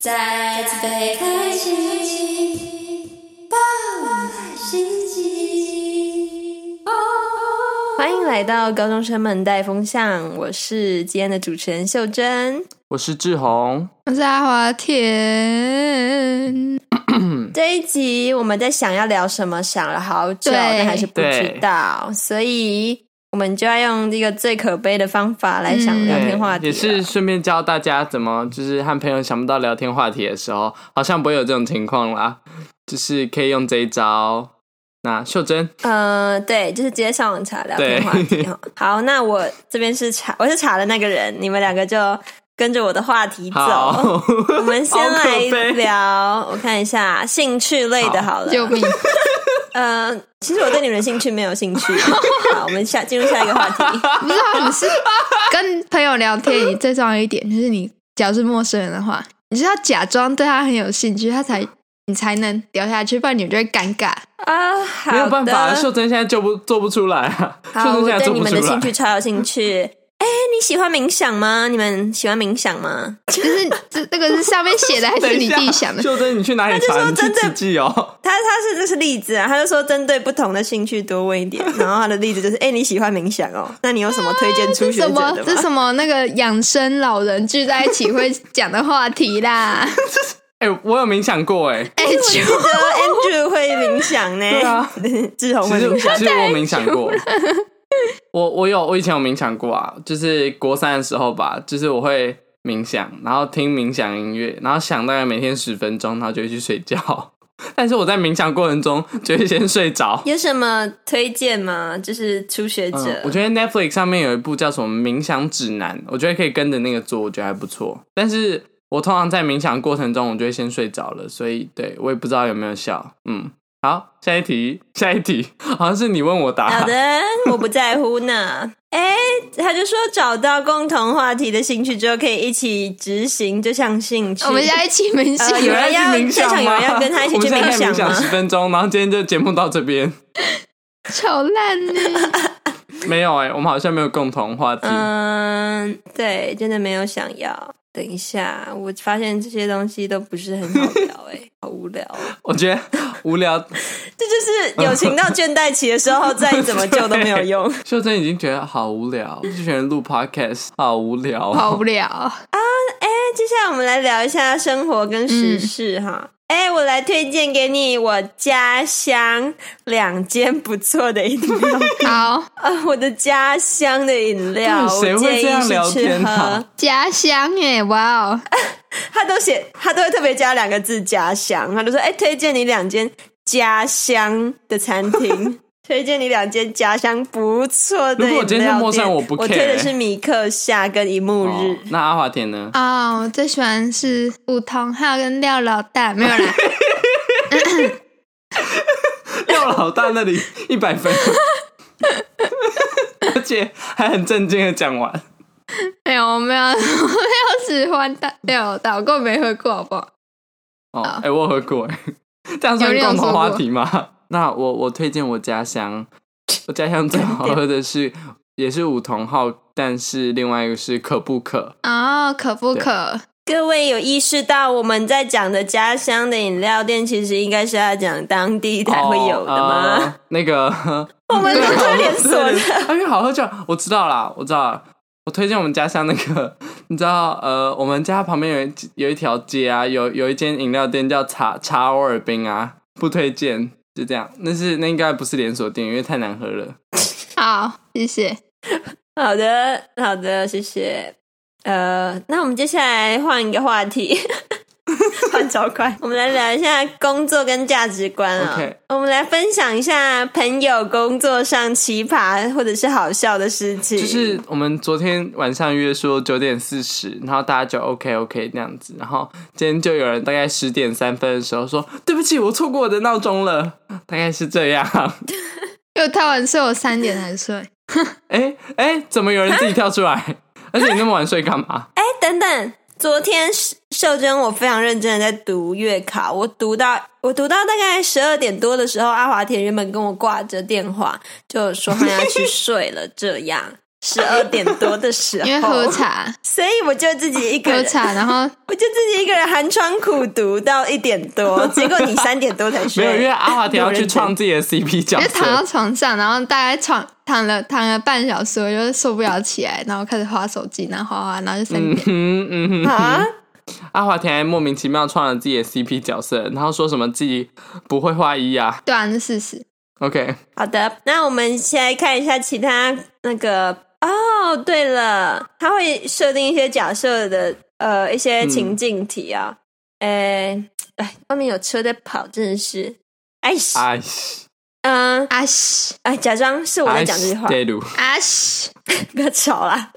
再次被开启，爆满心机。 欢迎来到高中生们带风向，我是今天的主持人秀珍。我是志宏，我是阿华田，这一集我们在想要聊什么，想了好久，对但还是不知对道，所以我们就要用这个最可悲的方法来想嗯聊天话题也了、是顺便教大家怎么，就是和朋友想不到聊天话题的时候，好像不会有这种情况啦，就是可以用这一招。那秀珍，呃，对，就是直接上网查聊天对话题哈。 好，那我这边是查，我是查的那个人，你们两个就跟着我的话题走。 好，我们先好可来悲聊，我看一下兴趣类的好了。救命！呃，其实我对你们的兴趣没有兴趣。 好，我们下进入下一个话题。不是啊，你是跟朋友聊天，你最重要一点就是你，假如是陌生人的话，你是要假装对他很有兴趣，他才你才能聊下去，不然你们就会尴尬。 啊，好没有办法，的秀珍现在就不做不出来啊，秀好，珍现我在对做你不们出的兴来趣。超有兴趣。 哎、你喜欢冥想吗？你们喜欢冥想吗？就是这这个是上面写的还等是 一你下自己想的？秀珍，你去哪里他就查？说你去真的自己哦。他他是这是例子啊，他就说针对不同的兴趣多问一 点。然后他的例子就是，哎、你喜欢冥想哦，那你有什么推荐初这学者什么？的这吗？ 什么？那个养生老人聚在一起会讲的话题 啦！哎、我有冥想过哎、哎，就记得 Andrew 会冥想呢，对啊， 志宏其会冥实想。其实我冥想过， 我我有我以前有冥想过啊，就是国三的时候吧，就是我会冥想，然后听冥想音乐，然后想大概每天十分钟，然后就会去睡觉。 但是我在冥想过程中就会先 睡着。嗯有什么推荐吗？就是初学者，嗯，我觉得 Netflix 上面有一部叫什么《冥想指南》，我觉得可以跟着那个做，我觉得还不错。但是我通常在冥想过程中，我就会先睡着了，所以对我也不知道有没有效。嗯，好，下一题，下一题，好像是你问我 答。好的，我不在乎呢。哎、他就说找到共同话题的兴趣之后，可以一起执行这项兴趣。我们在一起没呃戏 有有人了。人要去冥现想吗场有人要跟他一起去冥想吗我们现在冥想十分钟，然后今天就节目到这边。超烂呢！没有哎、我们好像没有共同话题。嗯，对，真的没有想要。等一下，我发现这些东西都不是很好聊、 哎，好无聊哦、我觉得无聊，这就是友情到倦怠期的时候，再怎么救都没有 用。秀珍已经觉得好无聊，就觉得录 podcast 好无聊、好无聊，那接下来我们来聊一下生活跟时事嗯哈。哎、我来推荐给你我家乡两间不错的饮料好啊，我的家乡的饮料，到底 谁我建会这议样是聊去天喝啊。家乡哎，哇哦，他都写，他都会特别加两个字“家乡”，他就说：“哎、推荐你两间家乡的餐 厅，推荐你两间家乡不错的饮料店。”如果今天是陌生人我不我 care 推的是米克夏跟一幕日。哦那阿华田 呢？啊、我最喜欢是梧桐号跟廖老大，没有啦，廖老大那里一 百分，而且还很震惊的讲完。 没有，哎我没有，我没有喜欢大廖老大，我根本没喝过，好不好？哦，好啊哎、我有喝过哎，这样算共同话题吗？ 那我我推荐我家乡，我家乡最好喝的是也是梧桐号，但是另外一个是可不可。哦，可不可？各位有意识到我们在讲的家乡的饮料店，其实应该是要讲当地才会有的吗？哦呃 那个我们啊都是连 锁的。哎，因为好喝酒，我知道啦，我知道啦。我推荐我们家乡那个，你知道，呃，我们家旁边有一有一条街啊，有有一间饮料店叫茶茶偶尔冰啊，不推荐，就这样。那是那应该不是连锁店，因为太难喝了。好，谢谢。好的，好的，谢谢。呃，那我们接下来换一个话题，换超快。我们来聊一下工作跟价值观啊、 OK 我们来分享一下朋友工作上奇葩或者是好笑的事情。就是我们昨天晚上约说九点四十，然后大家就 OK OK 那样子，然后今天就有人大概十点三分的时候说：“对不起，我错过我的闹钟了。”大概是这样。 因为太晚睡，我三点才睡。哎、哎、怎么有人自己跳 出来？而且你那么晚睡干嘛？哎，等等，昨天秀珍我非常认真的在读月考，我读到我读到大概十二点多的时候，阿华田原本跟我挂着电话，就说他要去睡了，这样。十二点多的时候， 因为喝，茶，所以我就自己一个喝人，茶，然 后我就自己一个人寒窗苦读到一点 多，结果你三点多才睡，没有，因为阿华田要去创自 己的 CP 角我就躺到色，床上，然后大概躺躺了躺了半小时，我就受不了起来，然后开始划手机，然后划划，然后就 三嗯点。哼嗯哼，啊，阿华田还莫名其妙创了自己的 CP 角色，然后说什么自己不会画衣啊对啊，那事实。 ？OK，好的，那我们先来看一下其他那个。哦，对了，他会设定一些假设的呃一些情境题啊。嗯诶、哎，外面有车在跑，真的是，哎，哎西，嗯、阿西哎，假装是我在讲这句话，哎对路，阿西，不要吵 啦，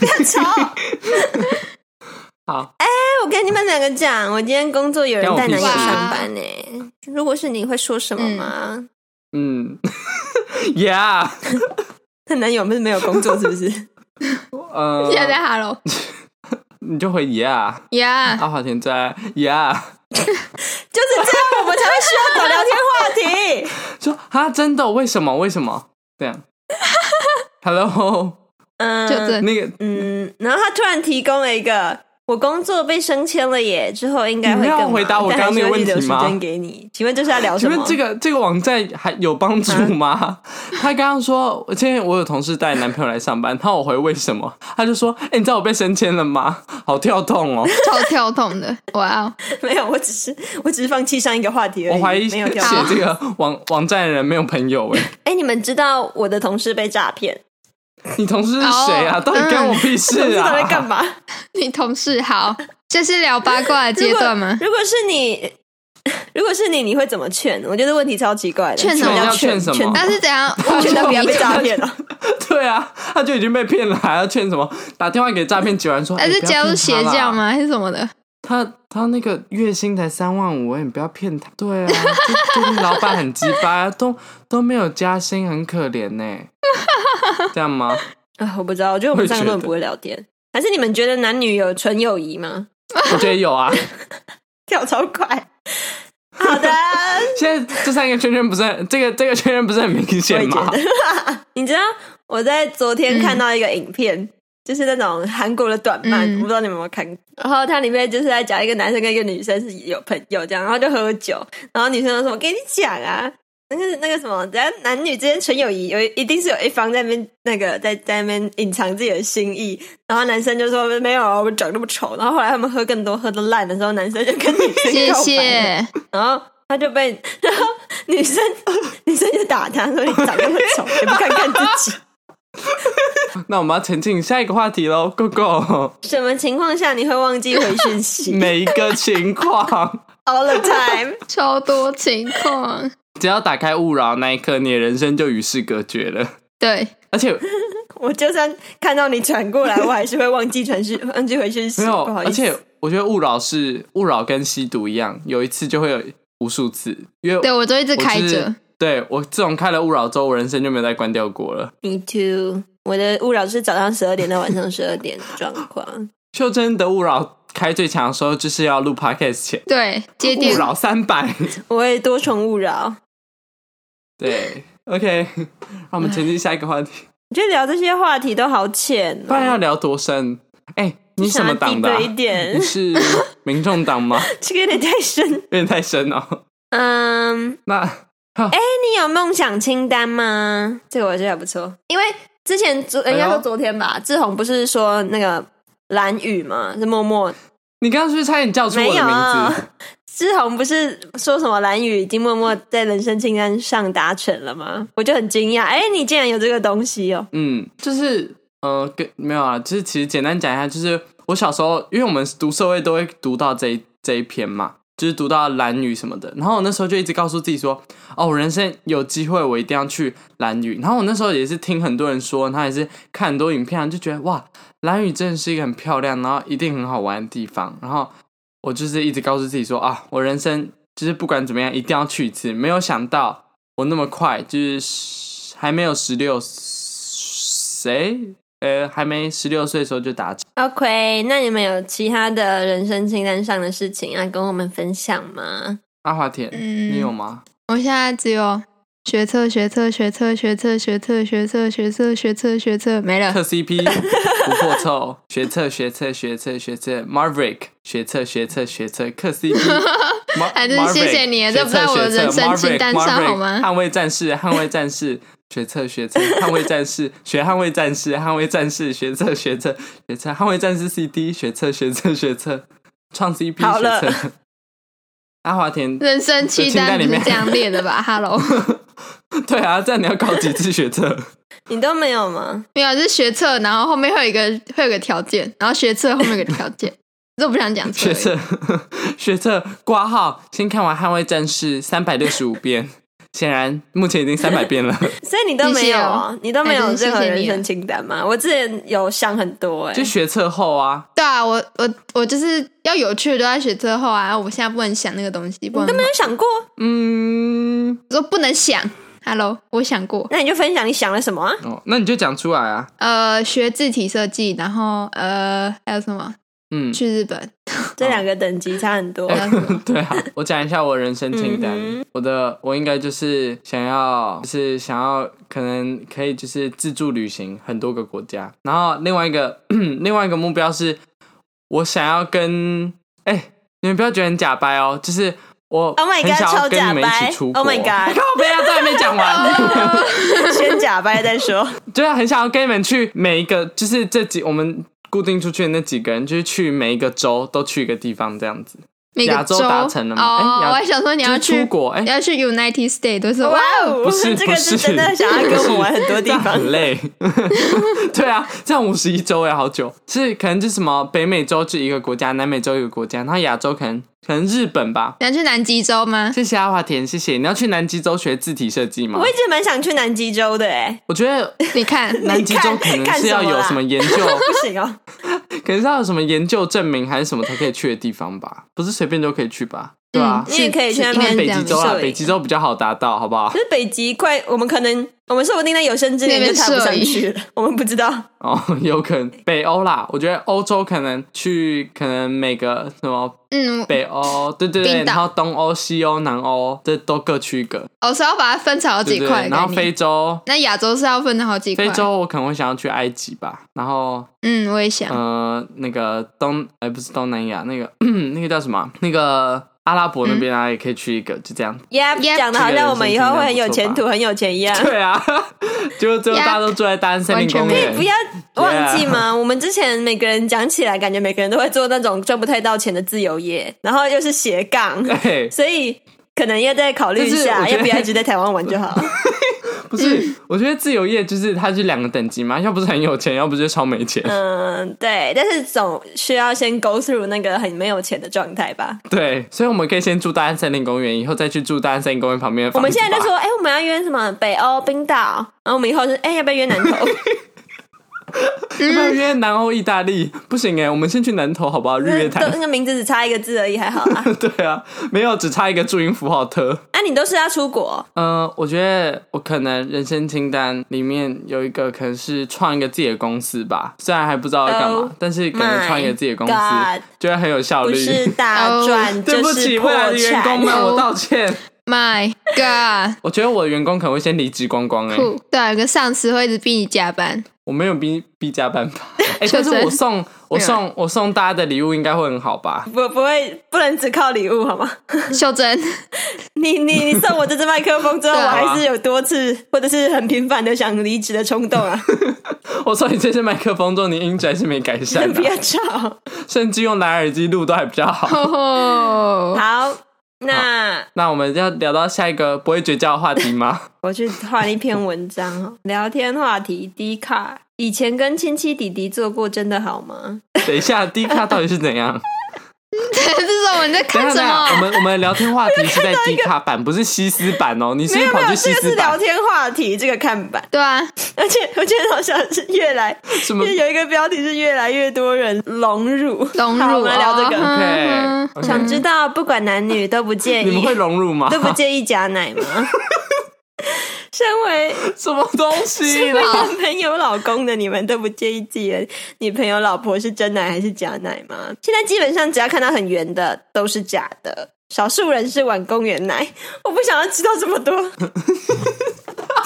不要吵！哎、好， 我跟你们两个讲，我今天工作有人带男友干我屁事上班呢、如果是你会说什么吗？ 嗯 ，Yeah，她、男友不是没有工作是不是？ 呃，现在 hello 你就回 Yeah，呀，阿华田在啊 Yeah，就是这样，我们才会需要找聊天 话题。 说啊，真的，为什么？为什么这样 ？Hello，嗯，就这那个嗯，然后他突然提供了一个，我工作被升迁了耶，之后应该会你要更忙回答我但刚刚那个还是会问题留时吗间给你，请问这是要聊什请么问？这个这个网站还有帮助吗？嗯他刚刚说，今天我有同事带男朋友来上班，他我回为什么？他就说，哎、你知道我被升迁了吗？好跳痛哦！超跳痛的，哇哦！ 没有，我只是我只是放弃上一个话题而已。我怀疑没写有跳过好这个网网站的人没有朋友哎、哎，你们知道我的同事被诈骗，你同事是谁啊？哦到底干我屁事同事啊都？在干嘛？你同事好，这是聊八卦的阶段吗？如果是你， 如果是你，你会怎么劝？我觉得问题超奇怪的。劝什什么么叫劝什么 劝但是怎样？我劝他不要被诈骗了。 对啊，他就已经被骗了，还要劝什么？打电话给诈骗集团说，还哎是不要加入骗邪他啦教吗？还是什么的？他他那个月薪才三万五，哎你不要骗他。对啊，就就是老板很鸡巴，都都没有加薪，很可怜呢。 这样吗？ 啊，我不知道，我觉得我们三个根本不会聊天。还是你们觉得男女有纯友谊 吗？我觉得有啊。跳超快。好的，现在这三个圈圈不是很这个这个圈圈不是很明我显也觉吗得？。 你知道我在昨嗯天看到一个影片，就是那种韩国的短漫，嗯我不知道你们有没有看过。然后它里面就是在讲一个男生跟一个女生是有朋友这样，然后就喝酒，然后女生就说：“我跟你讲啊。”那个那个什么，只要男女之间纯友谊，有一定是有一方在那边那个在在那边隐藏自己的心意，然后男生就说没有啊，我长这么丑。然后后来他们喝更多，喝的烂的时候，男生就跟女生谢告白了谢。然后他就被， 然后女 生女生就打他说：“你长那么丑，也不看看自己。那我们要前进下一个话题喽，Go Go！” 什么情况下你会忘记回讯息每一个情况， ？All the time， 超多情况。只要打开勿扰那一刻，你的人生就与世隔绝了。对，而且我就算看到你传过来，我还是会忘记传讯，忘记回讯息。没有不，好而意思，且我觉得勿扰是勿扰跟吸毒一样，有一次就会有无数次，因为对我都一直我开就是着。对我自从开了勿扰之后，我人生就没有再关掉过了。 me too。我的勿扰是早上十二点到晚上十二点的状况。秀珍的勿扰开最强的时候，就是要录 podcast 前，对，接勿电扰 三百。我会多重勿扰。对，OK，让我们前进下一个话题。我觉得聊这些话题都好浅、不然哦，要聊多深？哎、你什么党的、想啊要低？一点你，是民众党 吗？这个有点太深有。点太深哦。嗯，那你有梦想清单吗？这个我觉得还不错，因为之前昨哎呦应该说昨天吧，志宏不是说那个蓝雨吗？是默默你刚刚是不是差点叫出没我的有名字？？志宏不是说什么蓝雨已经默默在人生清单上达成了吗？我就很惊讶，哎、你竟然有这个东西哦！嗯，就是呃，跟没有啊，就是其实简单讲一下，就是我小时候，因为我们读社会都会读到这一这一篇嘛，就是读到蓝雨什么的，然后我那时候就一直告诉自己说，哦，我人生有机会我一定要去蓝雨。然后我那时候也是听很多人说，然后也是看很多影片啊，就觉得哇，蓝雨真的是一个很漂亮，然后一定很好玩的地方。然后我就是一直告诉自己说啊，我人生就是不管怎么样一定要去一次。没有想到我那么快，就是十还没有十六，谁？呃，还没十六岁的时候就达成。 OK，那你们有其他的人生清单上的事情要跟我们分享吗？阿华田，嗯你有吗？我现在只有学测学测学测学测学测学测学测学测学测没了 特 CP 不破臭，学测学测学测学测 Marvick 学测学测学测克 CP，还真是谢谢你啊这不在我的人生清单上好吗捍卫战士，捍卫战士，学测学测，捍卫战士，学捍卫战士，捍卫战士，学测学测学测，捍卫战士 CD 学测学测学测，创 CP 好了学测。阿华田，人生清清单单里不是面这样列的吧 ？Hello，对啊，这样你要搞几次学测？你都没有吗？没有是学测，然后后面会有一个会有个条件，然后学测后面有个条件，这我不想讲 出学来。测，学测挂号，先看完《捍卫战士》三百六十五遍，显然目前已经三百遍了。所以你都没有啊？你都没有还真谢任谢何你人啊生清单吗？我之前有想很多哎、就学测后啊，对啊，我我我就是要有趣的都在学测后啊，我现在不能想那个东西，不能都没有想过，嗯，我说不能想。Hello，我想过，那你就分享你想了什么啊？哦，那你就讲出来啊，呃，学字体设计，然后呃，还有什么？嗯，去日本，这两个等级差很 多。还有什么？对啊，我讲一下我人生清单，嗯我的我应该就是想要，就是想要可能可以就是自助旅行很多个国家，然后另外一个 另外一个目标是，我想要跟哎、你们不要觉得很假掰哦，就是我 Oh my god，很想要跟你们一超假掰起出国 Oh my god Oh 靠北啊，这还没 讲完。先假掰再说。 就是很想要跟你们去每一个，就是这几我们固定出去的那几个人，就是去每一个州都去一个地方这样子。每个亚洲达成了吗哦哎，亚我还想说你要就是去出国哎你要去 United States，都是哇哦，哦不 是，这个不是是真的想要跟我们玩很多地 这样方。很累。对啊，这样五十一周哎，好久。是可能就是什么北美洲就一个国家，南美洲一个国家，然后亚洲可能可能日本吧。你要去南极洲吗？谢谢阿华田，谢谢。你要去南极洲学字体设计吗我？一直蛮想去南极洲的哎、我觉得 你看，南极洲可能看是要有什么研究，不行哦， 可能是要有什么研究证明还是什么才可以去的地方吧？不是随便都可以去吧？ 对啊吧？嗯你也可以去那是边应该北这样极子洲啊啦摄，影北极洲比较好达到，好不好就？是北极快，我们可能我们说不定在有生之年就踏不上去了，我们不知道。哦， 有可能北欧啦，我觉得欧洲可能去，可能每个什么嗯，北欧，对对对，冰岛然后东欧、西欧、南欧，这都各去一个，我是要把它分成好对几对块对。的然后概念非洲，那亚洲是要分成好几块。非，洲我可能会想要去埃及吧，然后嗯，我也想。呃，那个东，哎，不是东南亚，那个 那个叫什么？啊那个阿拉伯那嗯边啊，也可以去一个，就这样。 Yep， Yep 讲的好像我们以后会很有前途、很有钱一样。对啊， 就最后大家都住在大安森林公完全园没不。 要忘记嘛我们之前每个人讲起来，感觉每个人都会做那种赚不太到钱的自由业，然后又是斜杠， 对，所以可能要再考虑一哎但是我下，觉得要不要一直在台湾玩就好。不是，嗯我觉得自由业就是它是两个等级嘛，要不是很有钱，要不就是超没钱。嗯，对，但是总需要先 go through 那个很没有钱的状态吧。对，所以我们可以先住大安森林公园，以后再去住大安森林公园旁边的我房子吧。们现在就说，哎、我们要约什么北欧、冰岛，然后我们以后是，哎、要不要约南投？要不要嗯约南欧意大利？不行哎、我们先去南投好不好？ 日月 都潭。 那个名字只差一个字而已，还好啦。对啊，没有，只差一个注音符号特。啊，你都是要出国，呃，我觉得我可能人生清单里面有一个可能是创一个自己的公司吧，虽然还不知道要干嘛 Oh 但是可能创一个自己的公司 my God 觉得很有效不率。是大哦赚、 对不就起，是未破来的员工产。哦们，我道歉。 My God，我觉得我的员工可能会先离职光光哎、酷！对啊，有个上司会一直逼你加班， 我没有逼逼加 班吧？哎、确但实是我送我没有送我送大家的礼物应该会很好吧？我不会，不能只靠礼物好吗？秀珍，你你你送我这支麦克风之后， 对我啊还是有多次或者是很频繁的想离职的冲动啊！我送你这支麦克风之后，你音质还是没 改善、不啊，要哦吵。甚至用蓝耳机录都还比 较好。吼哦吼，好，那那我们要聊到下一个不会绝交的话题吗？我去换一篇文章 哦，聊天话题 D 卡。以前跟亲戚弟弟做过，真的好吗？等一下，低卡到底是 怎样？ 这是我们在等一下，看什等一下，我么？们我们的聊天话题是在低卡版，不是西斯版哦。你是不是没跑有，去这西个斯是聊版？天话题，这个看板。 对啊，而且我觉得好像是越来，什么因为有一个标题是越来越多人融入，融好我入们来聊这个。哦？OK，嗯 OK 想知道不管男女都不介啊 你们会意，融入吗？都不介意假奶吗？ 身为 什么东西啦？ 男朋友、老公的，你们都不介意自己的女朋友、老婆是真奶还是假奶吗？现在基本上只要看到很圆的，都是假的。少数人是碗公园奶， 我不想要知道这么多。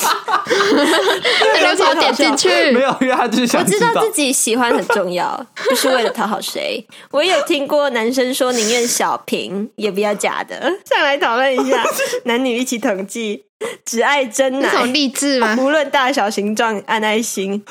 那你为什啊么点进去？没有，因为他就 是我想知道道自己喜欢很重要， 不是为了讨好谁。我也有听过男生说宁愿小平也不要假的。 上来讨论 一下，男女一起统计，只爱真那种奶，励志 吗？无论大小形状，按爱心。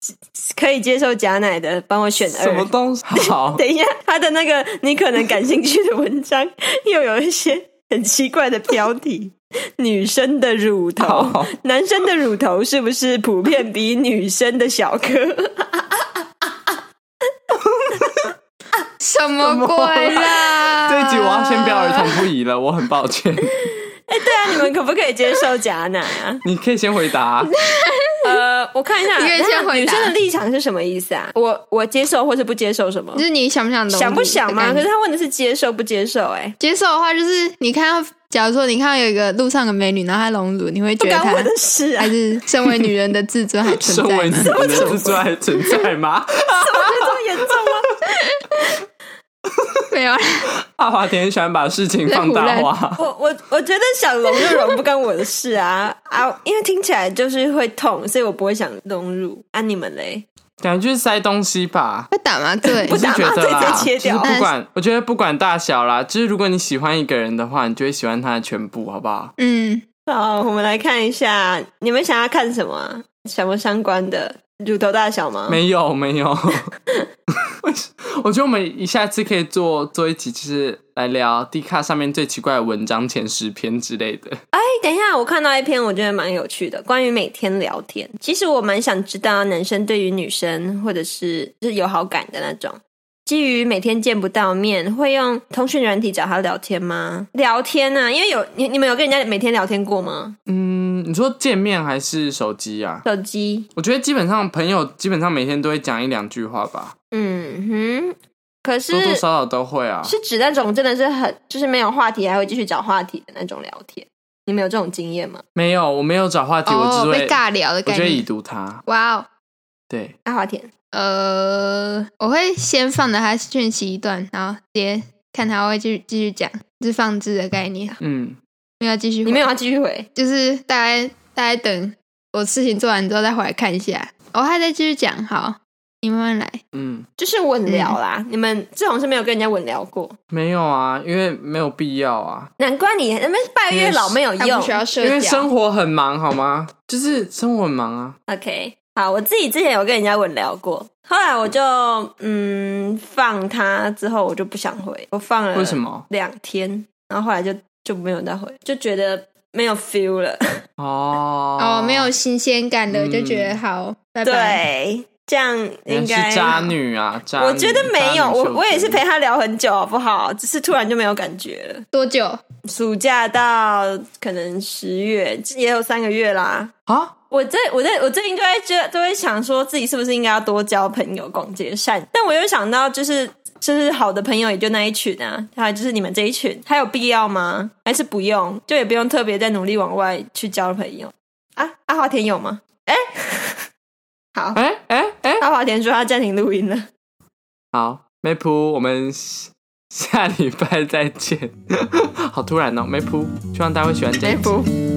只可以接受假奶的，帮我选什么二。东西。好， 等一下，他的那个你可能感兴趣的文章，又有一些很奇怪的标题。女生的乳头好，男生的乳头是不是普遍比女生的小颗？什么鬼啊啦？ 这一集我要先不要儿童不宜了，我很抱 歉。对 啊，你们可不可以接受假奶啊？你可以先回答、 呃，我看一下，你愿意先回女答生的立场是什么意思啊？我我接受或是不接受什么就？是你想不想融入想不想的吗？感可觉是他问的是接受不接受、哎，接受的话，就是你看到，假如说你看到有一个路上的美女，然后她隆乳，你会不觉得干她我的事 啊还！是身为女人的自尊还 身存在为女吗？人的自尊还存在吗？这么严重啊吗？没有啦，啊阿华田喜欢把事情放大化， 我我我觉得想融就融，不干我的事啊啊！因为听起来就是会痛，所以我不会想融入。啊，你们嘞？感觉就是塞东西吧。会打麻醉不我是打觉麻得醉啦，再切掉就是不管，我觉得不管大小啦，就是如果你喜欢一个人的话，你就会喜欢他的全部，好不好？嗯，好，我们来看一下，你们想要看什么啊？什么相关的？乳头大小吗？没有，没有。 我觉得我们一下次可以做做一集，就是来聊 D 卡上面最奇怪的文章前十篇之类的。等一下，我看到一篇我觉得蛮有趣的，关于每天聊天。其实我蛮想知道啊男生对于女生或者是就是有好感的那种，基于每天见不到面，会用通讯软体找他聊天吗？聊天啊，因为有你你们有跟人家每天聊天过吗？嗯，你说见面还是手机啊？手机，我觉得基本上朋友基本上每天都会讲一两句话吧，嗯哼，可是多多少少都会啊。是指那种真的是很就是没有话题还会继续找话题的那种聊天，你们有这种经验吗？没有，我没有找话题，我只是哦，被会，尬聊的我概就会已念。读他。哇哦，对，阿华田，呃，我会先放着他讯息一段，然后直接看他会继续继续讲，就是放置的概念，啊嗯，没有继续回，你没有要继续回？就是大概大概等我事情做完之后再回来看一下，我、还在继续讲，好，你慢慢来。嗯，就是稳聊啦，你们这种是没有跟人家稳聊过，没有啊，因为没有必要啊，难怪你那边拜月老没有他用不需。要因社为交生，活很忙，好吗？就是生活很忙啊。 OK，好，我自己之前有跟人家稳聊过，后来我就嗯放他之后，我就不想回，我放了为什么？两天，然后后来就就没有再回，就觉得没有 feel 了。哦哦，没有新鲜感的，嗯就觉得好，拜拜。对，这样原应来该是渣。女啊，渣女。我觉得没有，渣女我秀我也是珍陪他聊很久，好不好？只是突然就没有感觉了。多久？暑假到可能十月，也有三个月啦。啊，我最我最我最近就会觉就会想说自己是不是应该要多交朋友、广结善，但我又想到就是就是好的朋友也就那一群啊，还有就是你们这一群，还有必要吗？还是不用，就也不用特别再努力往外去交朋友啊？阿华田有吗？哎、 好，哎哎哎，阿华田说他暂停录音了，好，梅普，我们下 下礼拜再见。好突然哦，梅普，希望大家会喜欢这一集。不。